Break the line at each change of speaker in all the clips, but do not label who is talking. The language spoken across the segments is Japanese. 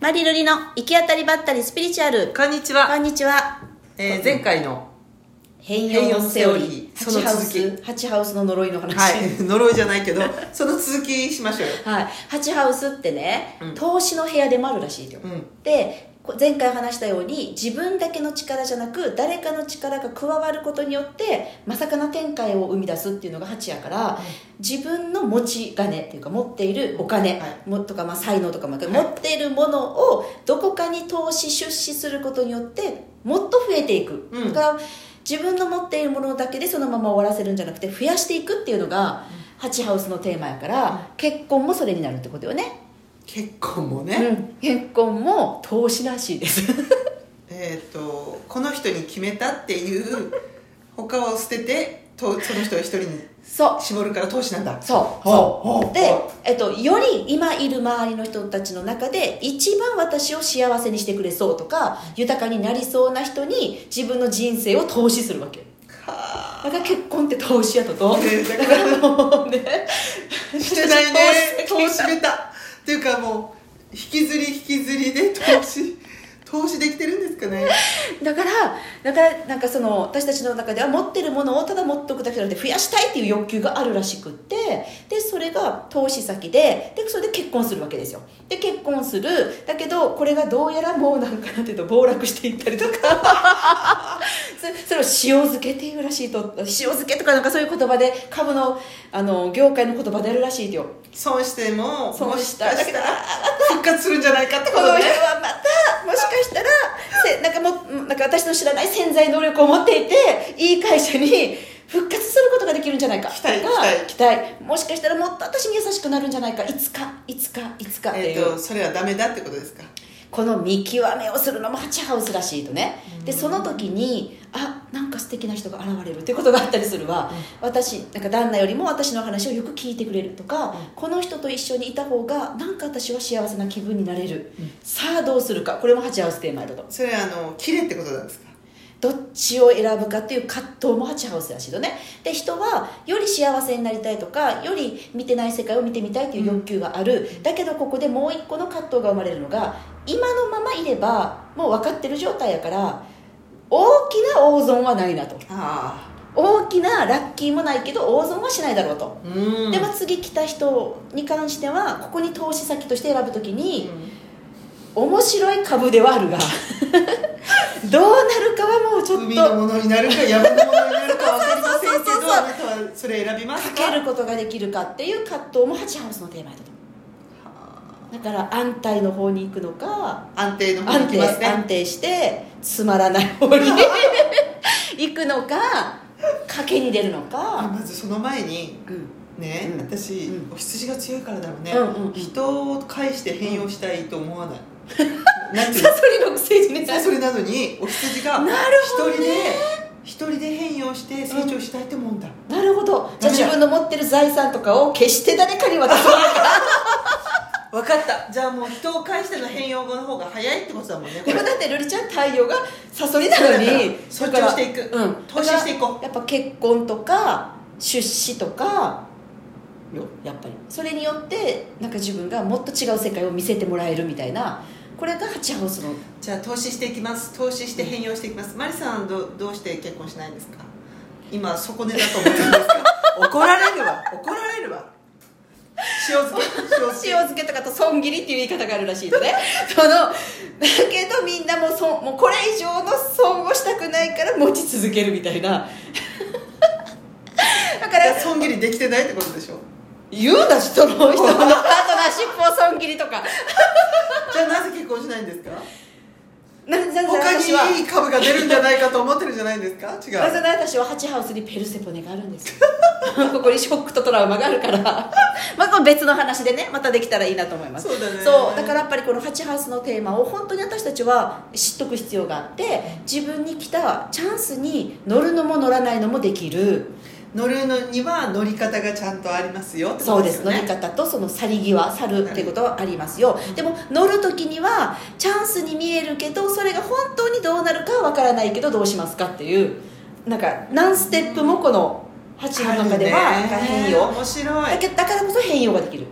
マリルリの行き当たりばったりスピリチュアル
こんにち
こ
は、
んにちは
えー前回の、
変容セオリー
その続
ハチ
き
ハウスハチハウスの呪いの話
はい、 呪いじゃないけどその続きしましょうよ
はい、ハチハウスってね、
うん
投資の部屋でもあるらしいよ、
うん
でこ前回話したように自分だけの力じゃなく誰かの力が加わることによってまさかな展開を生み出すっていうのがハチやから、自分の持ち金っていうか持っているお金、
はい
もとか、まあ、才能とかもあるけど、
はい
持っているものをどこかに投資出資することによってもっと増えていく、
うん
だから自分の持っているものだけでそのまま終わらせるんじゃなくて増やしていくっていうのが、ハチハウスのテーマやから、結婚もそれになるってことよね、
結婚もね、
うん、結婚も投資らしいです
えっ、とこの人に決めたっていう他を捨ててとその人を一人に
そう
絞るから投資なんだ
そう
ほうほう
で
ほ、
えっと、より今いる周りの人たちの中で一番私を幸せにしてくれそうとか豊かになりそうな人に自分の人生を投資するわけ
はあ
だから結婚って投資やと と、
ね
だ
だ
か
からら
もうね
してないね
投資
投資ベタっていうかもう引きずり引きずりで投資投資できてるんですかね
だからだからなんかその私たちの中では持ってるものをただ持っておくだけじゃなくて増やしたいっていう欲求があるらしくってでそれが投資先ででそれで結婚するわけですよで結婚するだけどこれがどうやらもうなんかなんていうと暴落していったりとか それそれを塩漬けっていうらしいと塩漬けとかなんかそういう言葉で株のあの業界の言葉であるらしいよ
損しても
損
もし
した
か
だけ
し
ど
たら復活するんじゃないかってこ
この
と
人
ね
はまたもしかしたらせなんかもなんか私の知らない潜在能力を持っていていい会社に復活することができるんじゃないか
期待
とか期待もしかしたらもっと私に優しくなるんじゃないかいつかいつかいつかって
えっ、
いう、
とそれはダメだってことですか
この見極めをするのもハチハウスらしいとねでその時にあなんか素敵な人が現れるってことがあったりするわ、私なんか旦那よりも私の話をよく聞いてくれるとか、この人と一緒にいた方がなんか私は幸せな気分になれる、さあどうするかこれもハチハウステーマやと
それはあのキレってことなんですか
どっちを選ぶかっていう葛藤もハチハウスらしいのねで人はより幸せになりたいとかより見てない世界を見てみたいという欲求がある、だけどここでもう一個の葛藤が生まれるのが今のままいればもう分かってる状態やから大きな大損はないなと
あ
大きなラッキーもないけど大損はしないだろうと、
あうん
では次来た人に関してはここに投資先として選ぶときに、面白い株ではあるが どうなるかはもうちょっと
海のものになるか山のものになるかわかりませんけ
そうそうそうそう
どあなたはそれ選びます
か
か
けることができるかっていう葛藤もハチハウスのテーマだとだから安泰の方に行くのか
安定の方
安
に行き
定
ます
安
ね
定してつまらない方に 行くのか賭けに出るのか、
まずその前に
うん
ね、
うん
私、
うん
お羊が強いからだろうね、
うんうんうん
人を介して変容したいと思わ ない、なんていう
サ
の
ソリのくせにね
それなのにお羊が
なる
一
ほど
人
ね
で、一人で変容して成長したいと思うんだ、
なるほどじゃあ自分の持ってる財産とかを決して誰かに渡す
分かったじゃあもう人を介しての変容の方が早いってことだもんねこ
で
れ
もだってルリちゃん太陽がサソリなのに
そう
だ
だ
か
からら成長していく
うん、
投資していこう
だからやっぱ結婚とか出資とかよやっぱりそれによってなんか自分がもっと違う世界を見せてもらえるみたいなこれがハチハウスの
じゃあ投資していきます投資して変容していきますマリさんどどうして結婚しないんですか今底根だと思ってるんで すか怒られるわ怒られるわ塩漬け塩漬け
塩漬けとかと損切りっていう言い方があるらしいのね そのだけどみんなもう損もうこれ以上の損をしたくないから持ち続けるみたい なだから
損切りできてないってことでしょ
言うな人の人のパートナーシップを損切りとか
じゃあなぜ結婚しないんですか
なんなん
他
私は
にいい株が出るんじゃないかと思ってるんじゃないんですか違
なぜ
う
なら私はハチハウスにペルセポネがあるん ですよここにショックとトラウマがあるからまあこれ別の話でねまたできたらいいなと思います
そうだね
そうだからやっぱりこのハチハウスのテーマを本当に私たちは知っとく必要があって自分に来たチャンスに乗るのも乗らないのもできる
乗るのには乗り方がちゃんとありますよってこ
そう
と
で
ですす
乗
よ
り
ね
方とその去り際去るっていうことはありますよでも乗る時にはチャンスに見えるけどそれが本当にどうなるかはわからないけどどうしますかっていうなんか何ステップもこの8の中では
あるね
変容
面白い
だけだからこそ変容ができる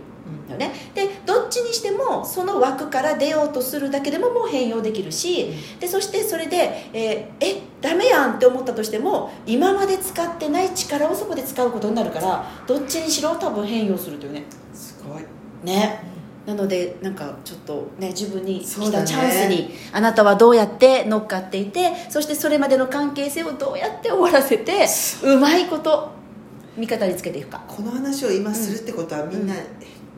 うん
のねでどっちにしてもその枠から出ようとするだけでももう変容できるしでそしてそれで、えーえダメやんって思ったとしても今まで使ってない力をそこで使うことになるからどっちにしろ多分変容するというね
すごい
ねなのでなんかちょっとね自分に
そ
来
うだ
た
ね
チャンスに、あなたはどうやって乗っかっていてそしてそれまでの関係性をどうやって終わらせてうまいこと味方につけていくか
この話を今するってことは、みんな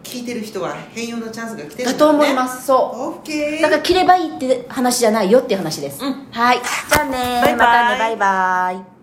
聞いてる人は変容のチャンスが来てる
だ
ん
と思い
す
ますそ
OK
うだから切ればいいって話じゃないよっていう話です、
うん
はいじゃあね
バイバイ
またねバイバイ